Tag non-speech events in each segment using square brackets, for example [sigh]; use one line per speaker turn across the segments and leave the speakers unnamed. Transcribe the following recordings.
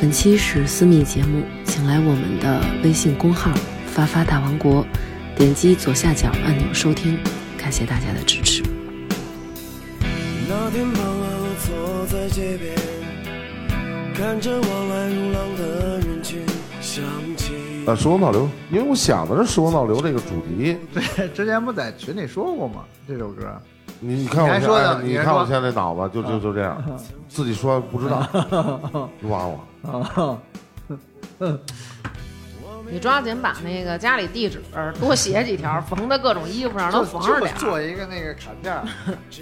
本期是私密节目，请来我们的微信公号“发发大王国”，点击左下角按钮收听，感谢大家的支持。
那天傍晚，我坐在街边，看着往来如浪的人群，想起
呃，时光倒流，因为我想的是时光倒流这个主题。
对，之前不在群里说过吗？这首歌，
你你看我
你还
现
说呢
在，哎
你
你
还
看我
说
现在这脑子就就就这
嗯
样，自己说不知道，
[laughs]
挖我。
你抓紧把那个家里地址多写几条，缝在各种衣服上，能
就
缝上
就
点儿。
做一个那个卡片儿，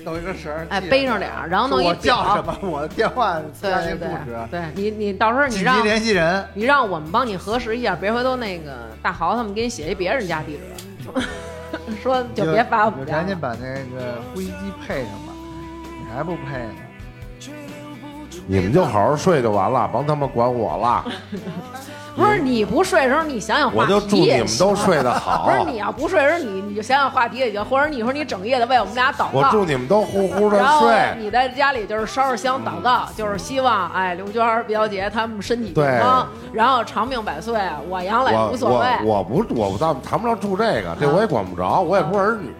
弄一个绳儿，
哎
系
背上
着
点儿然后弄
说
一
我叫
表
什么，我的电话
[laughs] 对
加那地
对对，
址，
对你你到时候你
紧
让
急联系人。
你让我们帮你核实一下，别回头那个大豪他们给你写一别人家地
[laughs]
址，说 [laughs] 就别发我们
就
家
赶紧
了。
把那个呼吸机配上吧，你还不配呢？
你们就好好睡就完了，甭他妈管我
[laughs]
了。
不是你不睡的时候，你想想
我
话
就祝
题
你
也
们
行。
都睡得
不是
好，
你要不睡的时候，你你就想想话题也行，或者你说你整夜的为我们俩祷
我祝
告。
你们都呼呼的
然后
睡。嗯
你在家里就是烧着香祷告，就是希望哎刘娟儿、毕小姐他们身体健康，然后长命百岁，我养老也
我
无所谓
我。我不我不咱们谈不上住这个，这我也管不着，我也不是儿女，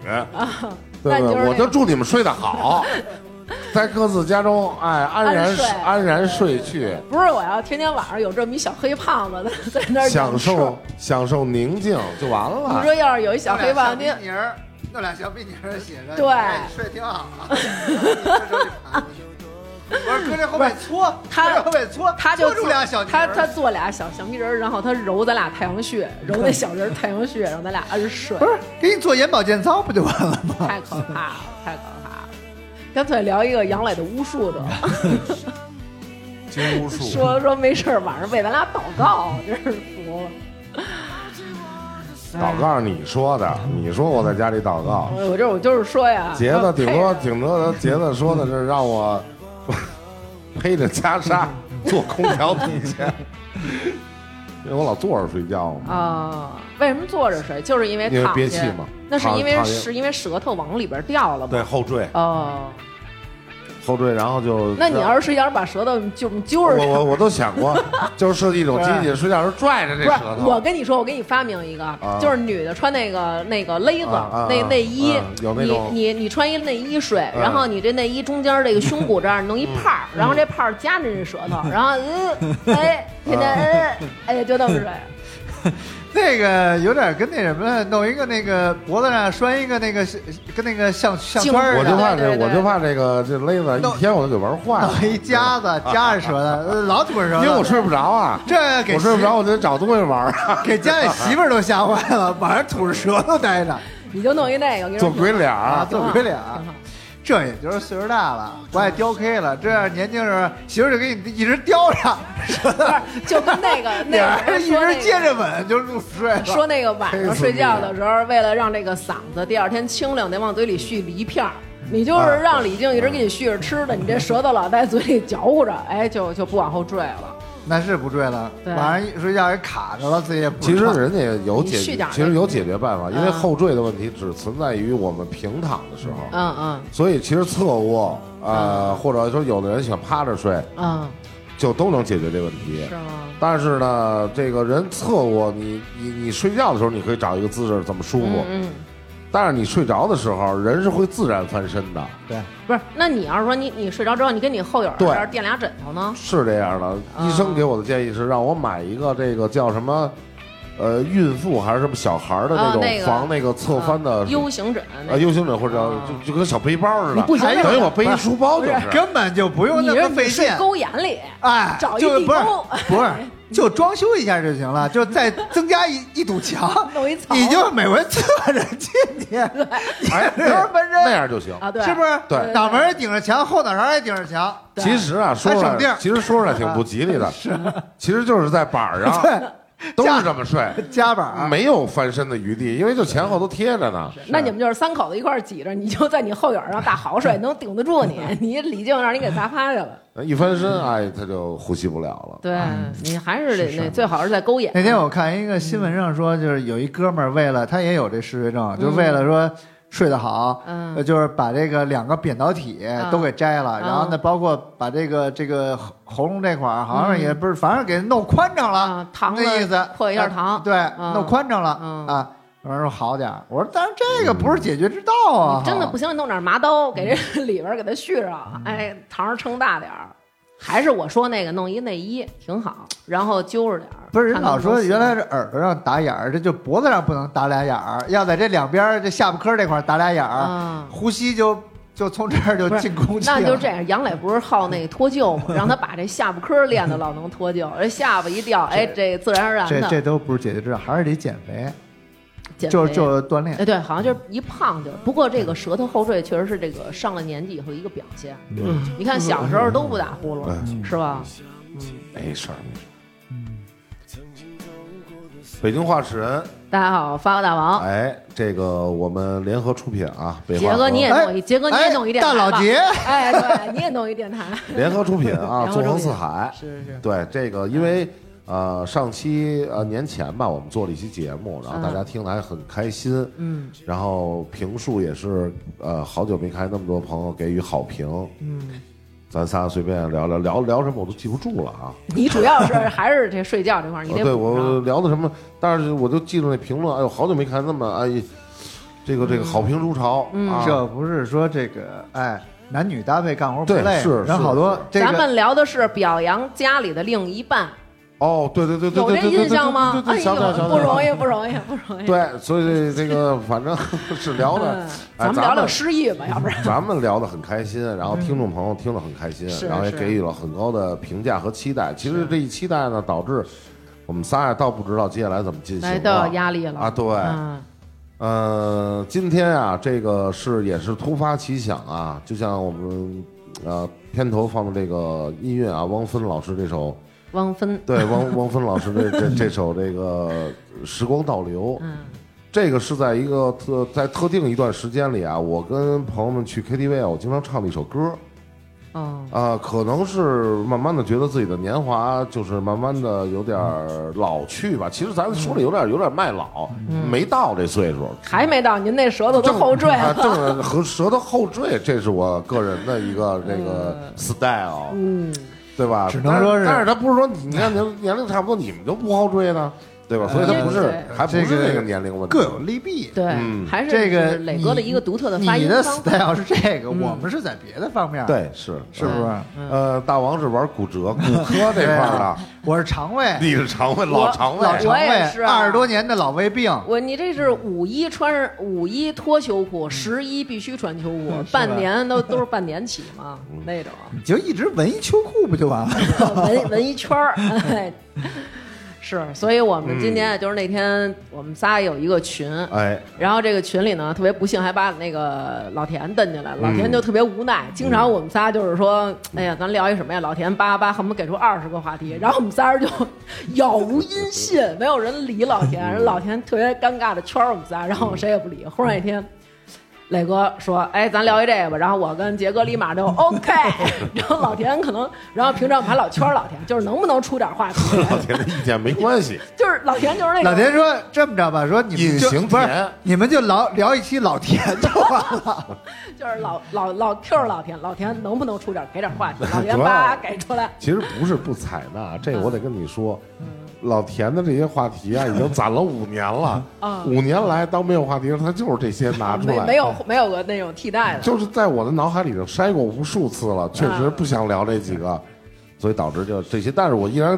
对
啊那
不
就是
[laughs] 对？
那
我就祝你们睡得好，
[laughs]
在各自家中哎安然
安睡
安然睡去，
不是我要天天晚上有这么一小黑胖子在在那儿
享
忍
受啊
受
享受宁静就完
你
了。
说要是有一 [laughs] 小黑
把
胖子，你
泥儿，弄俩小笔泥儿写着，
对
哎你睡挺
[laughs]
好啊。这手里盘着我说搁这后背搓，
他
搁这后背搓，
他就
搓出俩小泥
他
儿
他做俩小小泥人儿，然后他揉咱俩太阳穴，揉那小人儿太阳穴，让咱俩安睡
不，是给你做眼保健操不就完了吗？
太可怕了，太可怕了。干脆聊一个杨磊的巫术得
[laughs]
了，
金乌术
说说没事儿晚上为咱俩祷告，真是服了。嗯
祷告是你说的，你说我在家里祷告，
我哎我这我就是说呀，啊
杰
要
子顶
嗯配
多顶多杰子说的是让
[laughs]
我披着袈裟
嗯
坐空调
[laughs]
底下，因为我老坐着睡觉嘛。
啊、为什么坐着睡？就是因为
因为
躺
憋
下
气嘛
那是
躺
因为
躺下
是因为舌头往里边掉了嘛。
对后缀，
哦，
后缀，然后就
那你要是睡觉把舌头就揪着
啊我我我都想
[laughs]
过，就是设计一种机器，睡觉时候拽着这
不是
舌，头。
我跟你说，我给你发明一个，就是女的穿那个那个勒子、
啊啊
那
啊
内衣，
啊有那
你
种
你你穿一内衣睡，
嗯
然后你这内衣中间这个胸骨这儿弄一泡儿，然后这泡儿夹着你舌头，然后
[laughs]
呃哎，天天哎哎就那么睡，
那个有点跟那什么，弄一个那个脖子上拴一个那个跟那个项项圈儿
我
似
就
的，
怕这，
啊对对对
我就怕这个这勒子一天我就给玩坏了，
弄一夹子夹着舌
[laughs]
头，呃老腿舌
因
头。
为我睡不着
[laughs]
啊，
这给
我睡不着，我就得找东西玩啊， [laughs]
媳，给家里媳妇儿都吓坏了，晚上吐着舌头
[laughs]
待着
你就弄一那个，我跟你
做
说
鬼脸
啊，
儿。
做鬼脸儿。这也就是岁数大了，不爱雕 K 了。这样年轻时候，媳妇儿就给你一直叼着， [laughs] 舌头
[laughs] 就跟
[laughs]
那个那
俩
个
人一
说那
直
个
接着吻就入睡了。
说那个晚上睡觉的时候，为了让这个嗓子第二天清亮，得往嘴里续梨片儿。你
啊
就是让李静一直给你续着吃的，你这舌头老在嘴里嚼乎着，哎，就就不往后坠了。
那是不对了，
对
晚上一睡觉给卡着了，自己也不
其
知
实
道
人家有解
你续点
决其
儿，呗
实有解决办法，因为
嗯
后缀的问题只存在于我们平躺的时候，
嗯嗯
所以其实侧卧，呃，或者说有的人喜欢趴着睡，
嗯，
就都能解决这问题
是。吗？
但是呢，这个人侧卧，你你你睡觉的时候，你可以找一个姿势怎么舒服，
嗯，
但是你睡着的时候，人是会自然翻身的，
对。
不是，那你要是说你你睡着之后，你跟你后友这
对
儿垫俩枕头呢？
是这样的。
啊
医生给我的建议是让我买一个这个叫什么，呃，孕妇还是什么小孩儿的那
啊那
种
个
防那个侧翻的
嗯 U 型枕，
啊，
那
优型枕或者叫
啊哎
就就跟小背包似的，
不行
哎
这个
等于我背一书包就是。
哎根本就不用那
你
么
是
费
你睡
劲，
沟眼里，
哎，
找一
就
地
不是
沟 [laughs]
不是，就装修一下就行了，就再增加一一堵墙，
[laughs] 弄一草
你就每回侧着进去，
[laughs]
哎，
你多少分
那
针，
样就行。
啊，对，
是不是？
对对
脑门儿也顶着墙，后脑勺也顶着墙，
对
其实啊，说出
省地
来
儿
其实说出来挺不吉
[laughs]
利的，
啊
其实就是在板儿上，都是这么睡，
夹板儿，
没有翻身的余地，因为就前后都贴着呢。
[laughs] 那你们啊就是三口子一块儿挤着，你就在你后院让大
[laughs]
豪睡，能顶得住你。你李静让你给砸趴下了。
一翻身，哎，他就呼吸不了了。
对你还嗯是得那最好是在勾眼。
那天我看一个新闻上说，就是有一哥们儿为了他也有这失睡症，就为了说睡得好，
嗯
呃就是把这个两个扁桃体都给摘了，
嗯
然后呢，包括把这个这个喉喉咙这块儿，好像也不是，反正给弄宽敞了，
啊糖
那
呢
意思
破一下
啊
糖
对，
嗯
弄宽敞了、
嗯
啊。有人说好点儿，我说但是这个不是解决之道啊，
嗯真的不行，你弄点麻刀给这
嗯
[laughs] 里边儿给它续上，哎，膛儿撑大点儿。还是我说那个，弄一内衣挺好，然后揪着点儿。
不是人
看能
老
不能
说
行
原来是耳朵上打眼儿，这就脖子上不能打俩眼儿，要在这两边儿这下巴颏儿这块儿打俩眼儿，
啊
呼吸就就从这儿就进空气了。
那就这样，杨磊不是好那个脱臼吗？让他把这下巴颏儿练的老能脱臼，这下巴一掉，哎，这自然而然
这这
的
都不是解决之道，还是得减肥，
减
就
肥
就锻炼。
哎，对，好像就是一胖就是。不过这个舌头后坠确实是这个上了年纪以后一个表现。
嗯
你看小时候都不打呼噜，是吧？
没事儿，没事儿。嗯北京话事人，
大家好，发个大王，
哎，这个我们联合出品啊，北
杰
化
哥
和
你也弄一，
哎
杰哥你也弄一电台
哎
吧
大老
[laughs]
杰
哎，对，你也弄一电台，
联合出品啊，
[laughs] 联合出
纵
品
横四海。
是是，
对这个，因为呃上期呃年前吧，我们做了一期节目，然后大家听得还很开心，
啊嗯，
然后评述也是呃好久没看那么多朋友给予好评，嗯，咱仨随便聊聊聊聊什么我都记不住了啊，
[laughs] 你主要是还是这睡觉这块儿，你
啊
得
对
补
我
上
聊的什么，但是我就记住那评论，哎呦，好久没看那么哎，这个这个好评如潮，啊，
这不是说这个哎男女搭配干活不
对
累，
是
人
是
好多
是
这
咱
个
们聊的是表扬家里的另一半，
哦，对对对对
有
对
这
对对
印象
对
吗？
对
哎
对，想起来
呦，
想
不
起来。
容易，不容易，不容易。
对，所以这个反正是聊嗯的
嗯，
哎
咱们聊聊失忆吧，要不然。
咱们聊得很开心，然后听众朋友听得很开心，
是
然后也
是
给予了很高的评价和期待。其实这一期待呢，导致我们仨呀倒不知道接下来怎么进行
来
了，
都有压力了
啊。对，
嗯
呃，今天啊，这个是也是突发奇想啊，就像我们呃片头放的这个音乐啊，汪峰老师这首，
汪峰，
对， [laughs] 汪汪峰老师这 [laughs] 这这首这个《时光倒流》，
嗯，
这个是在一个特在特定一段时间里啊，我跟朋友们去 KTV 啊，我经常唱的一首歌
哦，
啊、可能是慢慢的觉得自己的年华就是慢慢的有点儿老去吧。其实咱说的有点有点卖老，没到这岁数，
还没到，您那舌头都
正
后坠
啊，
了。
正和舌头后坠，这是我个人的一个这个 style，嗯，对吧？
只能说是
但但是他不是说你你看年年龄差不多，你们就不后坠呢，对吧？所以他不是
对
还不是
这个
那个年龄问题
各，有利弊。
对，
嗯
还是
这个
就是磊哥的
你
一个独特的发
你
音
的
方法。嗯
style 是这个，我们是在别的方面，，
对是
是不是？
呃，大王是玩骨折、骨科这块儿的，
我是肠胃，
你是肠胃
我
老肠胃
老肠
我也
胃
是啊
二十多年的老胃病，
[laughs] 我你这是五一穿上五一脱秋裤，十一必须穿秋裤，
嗯是吧嗯
半年都都是半年起嘛，那
[laughs]
种
你就一直纹一秋裤不就完
哎
了？
纹纹一
[laughs]
圈儿。哎 [laughs] 是，所以我
嗯
们今天就是那天我们仨有一个群，
哎，
然后这个群里呢，特别不幸还把那个老田蹬进来
嗯
了，老田就特别无奈。经常我们仨就是说，哎呀，咱聊一什么呀？老田叭叭叭，恨不得给出二十个话题，然后我们仨人就杳无音信，没有人理老田，
嗯
然后老田特别尴尬的圈我们仨，然后谁也不理。忽然一天。磊哥说：“哎，咱聊一这个吧。”然后我跟杰哥立
[laughs]
马就 OK。然 [laughs] 后老田可能，然后平常我们还老圈老田，就是能不能出点话题？
老田的意见没关系，
就是老田就是那种
老田说这么着吧，说你们就
隐形
不是
田
你们就老聊一期老田就完
[laughs]
了。
就是老老老 Q 老田，老田能不能出点给点话题？
[laughs]
老田
主要
吧给出来，
其实不是不采
嗯
纳，这我得跟你说，老田的这些话题
[laughs]
啊，已经攒了五年了
啊，
五年来当没有话题的时候，他就是这些拿出
没
来，
[laughs] 没有没有个那种替代的。
就是在我的脑海里头筛过无数次
嗯
了，确实不想聊这几个，所以导致就这些，但是我依然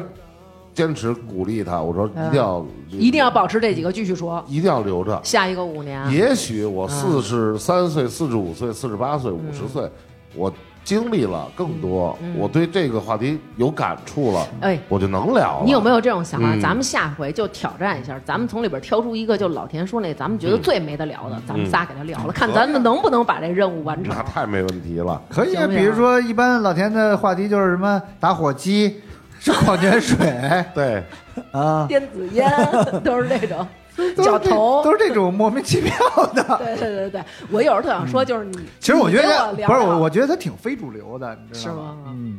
坚持鼓励他，我说一定要
嗯一定要保嗯持这几个继续说，
一定要留着，
下一个五年
也许我四十三岁、四十五
嗯
岁、四十八岁、五十岁，我经历了更多，
嗯
我对这个话题有感触了，
哎
我就能聊了。
你有没有这种想法？
嗯
咱们下回就挑战一下，咱们从里边挑出一个，就老田说那，咱们觉得最没得聊
嗯
的，咱们仨给他聊了，看咱们能不能把这任务完成
那。太没问题了。
可以
行
啊，
不
比
行
如说一般老田的话题就是什么打火机、是矿泉水
对，
啊，
电子烟 [laughs] 都是这种，
都是
绞
这
头
都。是这种莫名其妙的。
对对对对，我有时候特想说，就是你，
嗯其实我觉
你给
得
聊
不是
聊
我，我觉得他挺非主流的，你知
是
道吗？
吗？
嗯，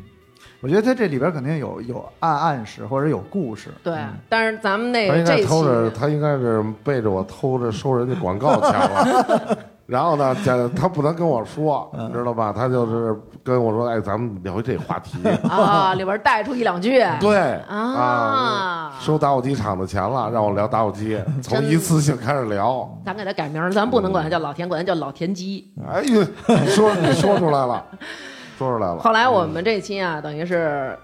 我觉得他这里边肯定有有暗暗示或者有故事。嗯
对，但是咱们那
他
个
应
哎这
该
一期 [laughs]
偷着，他应该是背着我偷着收人家广告钱了。然后呢，这他不能跟我说，你知道吧？他就是跟我说，哎，咱们聊一这话
[laughs]
题。 [laughs]
啊，里边带出一两句，
对
啊
收打火机厂的钱了，让我聊打火机，从一次性开始聊。
咱给他改名儿，咱不能管他叫老田，管他叫老田鸡。
哎呦，你说你说出来
[laughs]
了，说出来了。
后来我们这期啊，等于是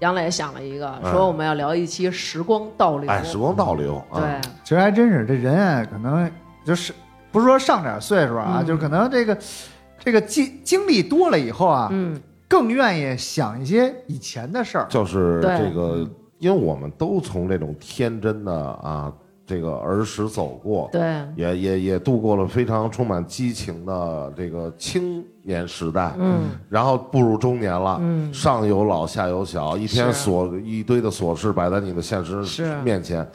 杨磊想了一个，
嗯
说我们要聊一期时光倒流。
哎，时光倒流啊，
对，
其实还真是，这人啊，可能就是不是说上点岁数啊，
嗯
就是可能这个这个经经历多了以后啊，
嗯，
更愿意想一些以前的事儿。
就是
对
这个，因为我们都从这种天真的啊，这个儿时走过，
对，
也也也度过了非常充满激情的这个青年时代，
嗯，
然后步入中年了，
嗯
上有老下有小，一天
是
琐一堆的琐事摆在你的现
是
实面前，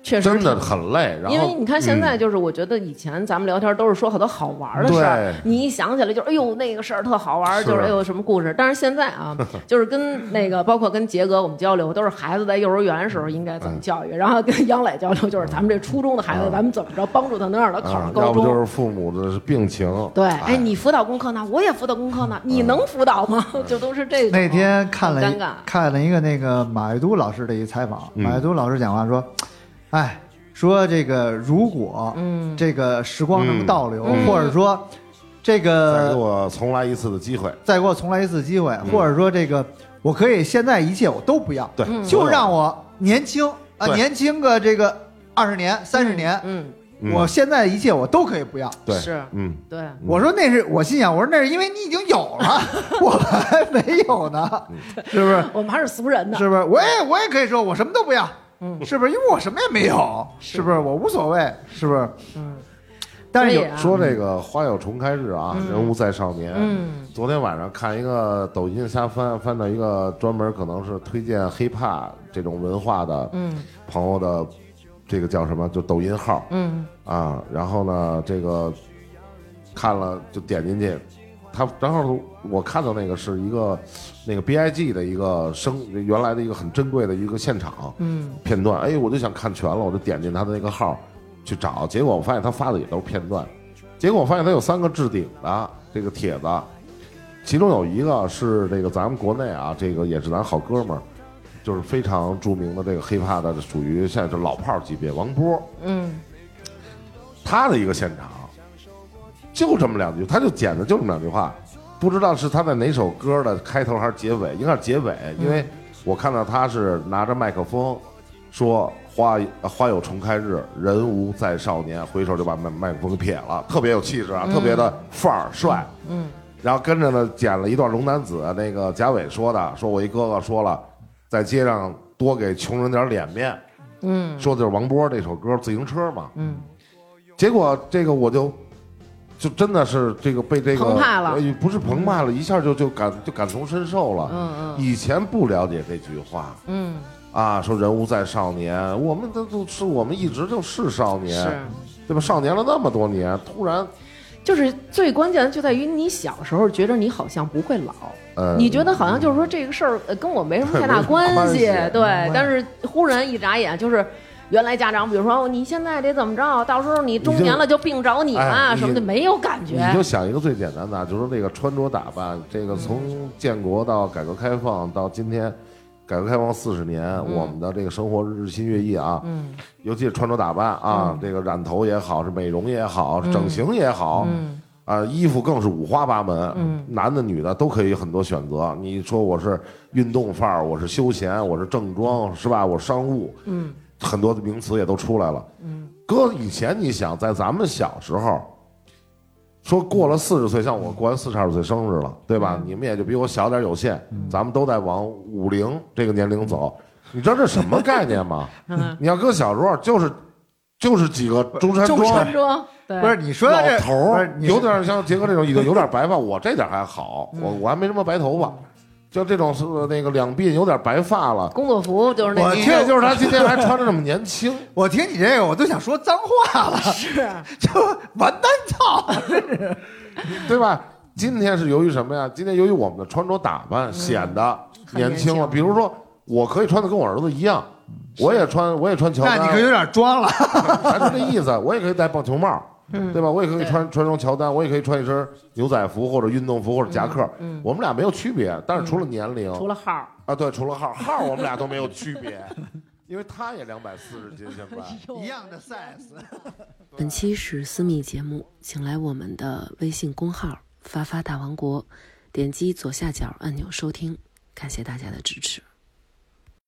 确实
真的
挺
很累。然
因为
后嗯
你看现在就是，我觉得以前咱们聊天都是说好多好玩的事儿
对，
你一想起来就哎呦那个事儿特好玩，
是
就是哎呦什么故事。但是现在
[laughs]
啊，就是跟那个包括跟杰哥我们交流，都是孩子在幼儿园时候应该怎么教育，然后跟杨磊交流就是咱们这初中的孩子，
嗯
咱们怎么着帮助他能让他考
啊
上，
要
高
不就
中。
是父母的病情，
对，
哎嗯
哎，你辅导功课呢，我也辅导功课呢，你能辅导吗？就都是这种。
那天看了
很
一
尴尬
看了一个那个马未都老师的一采访，
嗯
马未都老师讲话说，哎，说这个如果
嗯
这个时光能倒流，
嗯
或者说这
再给
个
我重来一次的机会。
再给我重来一次机会，或者说这个我可以现在一切我都不要，
对，
嗯
就让我年轻啊，
对
年轻个这个二十年、三十年，
嗯，
嗯
我现在一切我都可以不要。
对
是
嗯，
对，
我说那是我心想，我说那是因为你已经有了，我还没有呢，是不是？
我们还是俗人呢。
是不是？我也我也可以说我什么都不要，
嗯
是不是？因为我什么也没有，是不是？我无所谓，是不是？
嗯，
但是
所以
有
啊
说这个花有重开日啊，人无再少年。
嗯，
昨天晚上看一个抖音瞎翻，翻到一个专门可能是推荐 hiphop 这种文化的
嗯
朋友的，这个叫什么？就抖音号
嗯
啊。然后呢，这个看了就点进去，他然后我看到那个是一个那个 B I G 的一个生原来的一个很珍贵的一个现场
嗯
片段，哎，我就想看全了，我就点进他的那个号去找，结果我发现他发的也都是片段，结果我发现他有三个置顶的这个帖子，其中有一个是这个咱们国内啊，这个也是咱好哥们儿，就是非常著名的这个 hiphop 的，属于现在是老炮儿级别，王波
嗯
他的一个现场，就这么两句，他就剪的就这么两句话，不知道是他在哪首歌的开头还是结尾，应该是结尾，因为我看到他是拿着麦克风说花“花有重开日，人无再少年”，回手就把麦麦克风给撇了，特别有气质啊，特别的范儿帅。
嗯
然后跟着呢剪了一段龙丹子那个贾伟说的，说我一哥哥说了，在街上多给穷人点脸面，
嗯
说的就是王波那首歌《自行车》嘛。
嗯，
结果这个我就就真的是这个被这个
澎湃了
哎不是澎湃了，一下就就感就感同身受了。
嗯嗯
以前不了解这句话
嗯，
啊，说人无再少年，我们都都是我们一直就是少
是
年，。对吧？少年了那么多年，突然
就是最关键的就在于你小时候觉得你好像不会老，
呃，
你觉得好像就是说这个事儿呃跟我没什么太大
没什么
关系，
关系
对
嗯。
但是忽然一眨眼就是。原来家长，比如说哦你现在得怎么着，到时候你中年了就病找你
哎
了
你
什么的，没有感觉嗯
你。就想一个最简单的啊，就是这个穿着打扮，这个从建国到改革开放到今天，改革开放四十年，我们的这个生活日新月异啊，
嗯
尤其是穿着打扮啊，这个染头也好，是美容也好，是整形也好，
嗯
啊，衣服更是五花八门，
嗯
男的女的都可以很多选择。你说我是运动范儿，我是休闲，我是正装，是吧？我商务，
嗯
很多的名词也都出来了。
嗯，
哥，以前你想在咱们小时候，说过了四十岁，像我过完四十二岁生日了，对
嗯
吧？你们也就比我小点儿有限，咱们都在往五零这个
嗯
年龄走。你知道这什么概念
[laughs]
吗？你要搁小时候，就是就是几个中山
中
装。
山装，对，
不是你说
老
到这
头儿
不是你
有点像杰哥这种
[laughs]
已经有点白发，我这点还好，我
嗯
我还没什么白头发，就这种是那个两鬓有点白发了。
工作服就是那
我
种
听
这就是他今天还穿着这么年轻，
我听你这个我都想说脏话了，
是
[laughs] 就完蛋操！
[laughs]
对吧？今天是由于什么呀？今天由于我们的穿着打扮显得
嗯很
年轻了。
年轻
比如说，我可以穿的跟我儿子一样，我也穿我也穿乔
那
丹，啊 [laughs]
你可有点装了，
还是这意思，我也可以戴棒球帽，
嗯
对吧？我也可以
对
穿穿双乔丹，我也可以穿一身牛仔服或者运动服或者夹克，
嗯
我们俩没有区别，但是除了年龄，
除了号儿，
啊，对，除了号号，我们俩都没有区
[laughs]
别，因为他也两百四十斤，现在
一样的 size。
本期是私密节目，请来我们的微信公号“发发大王国”，点击左下角按钮收听，感谢大家的支持。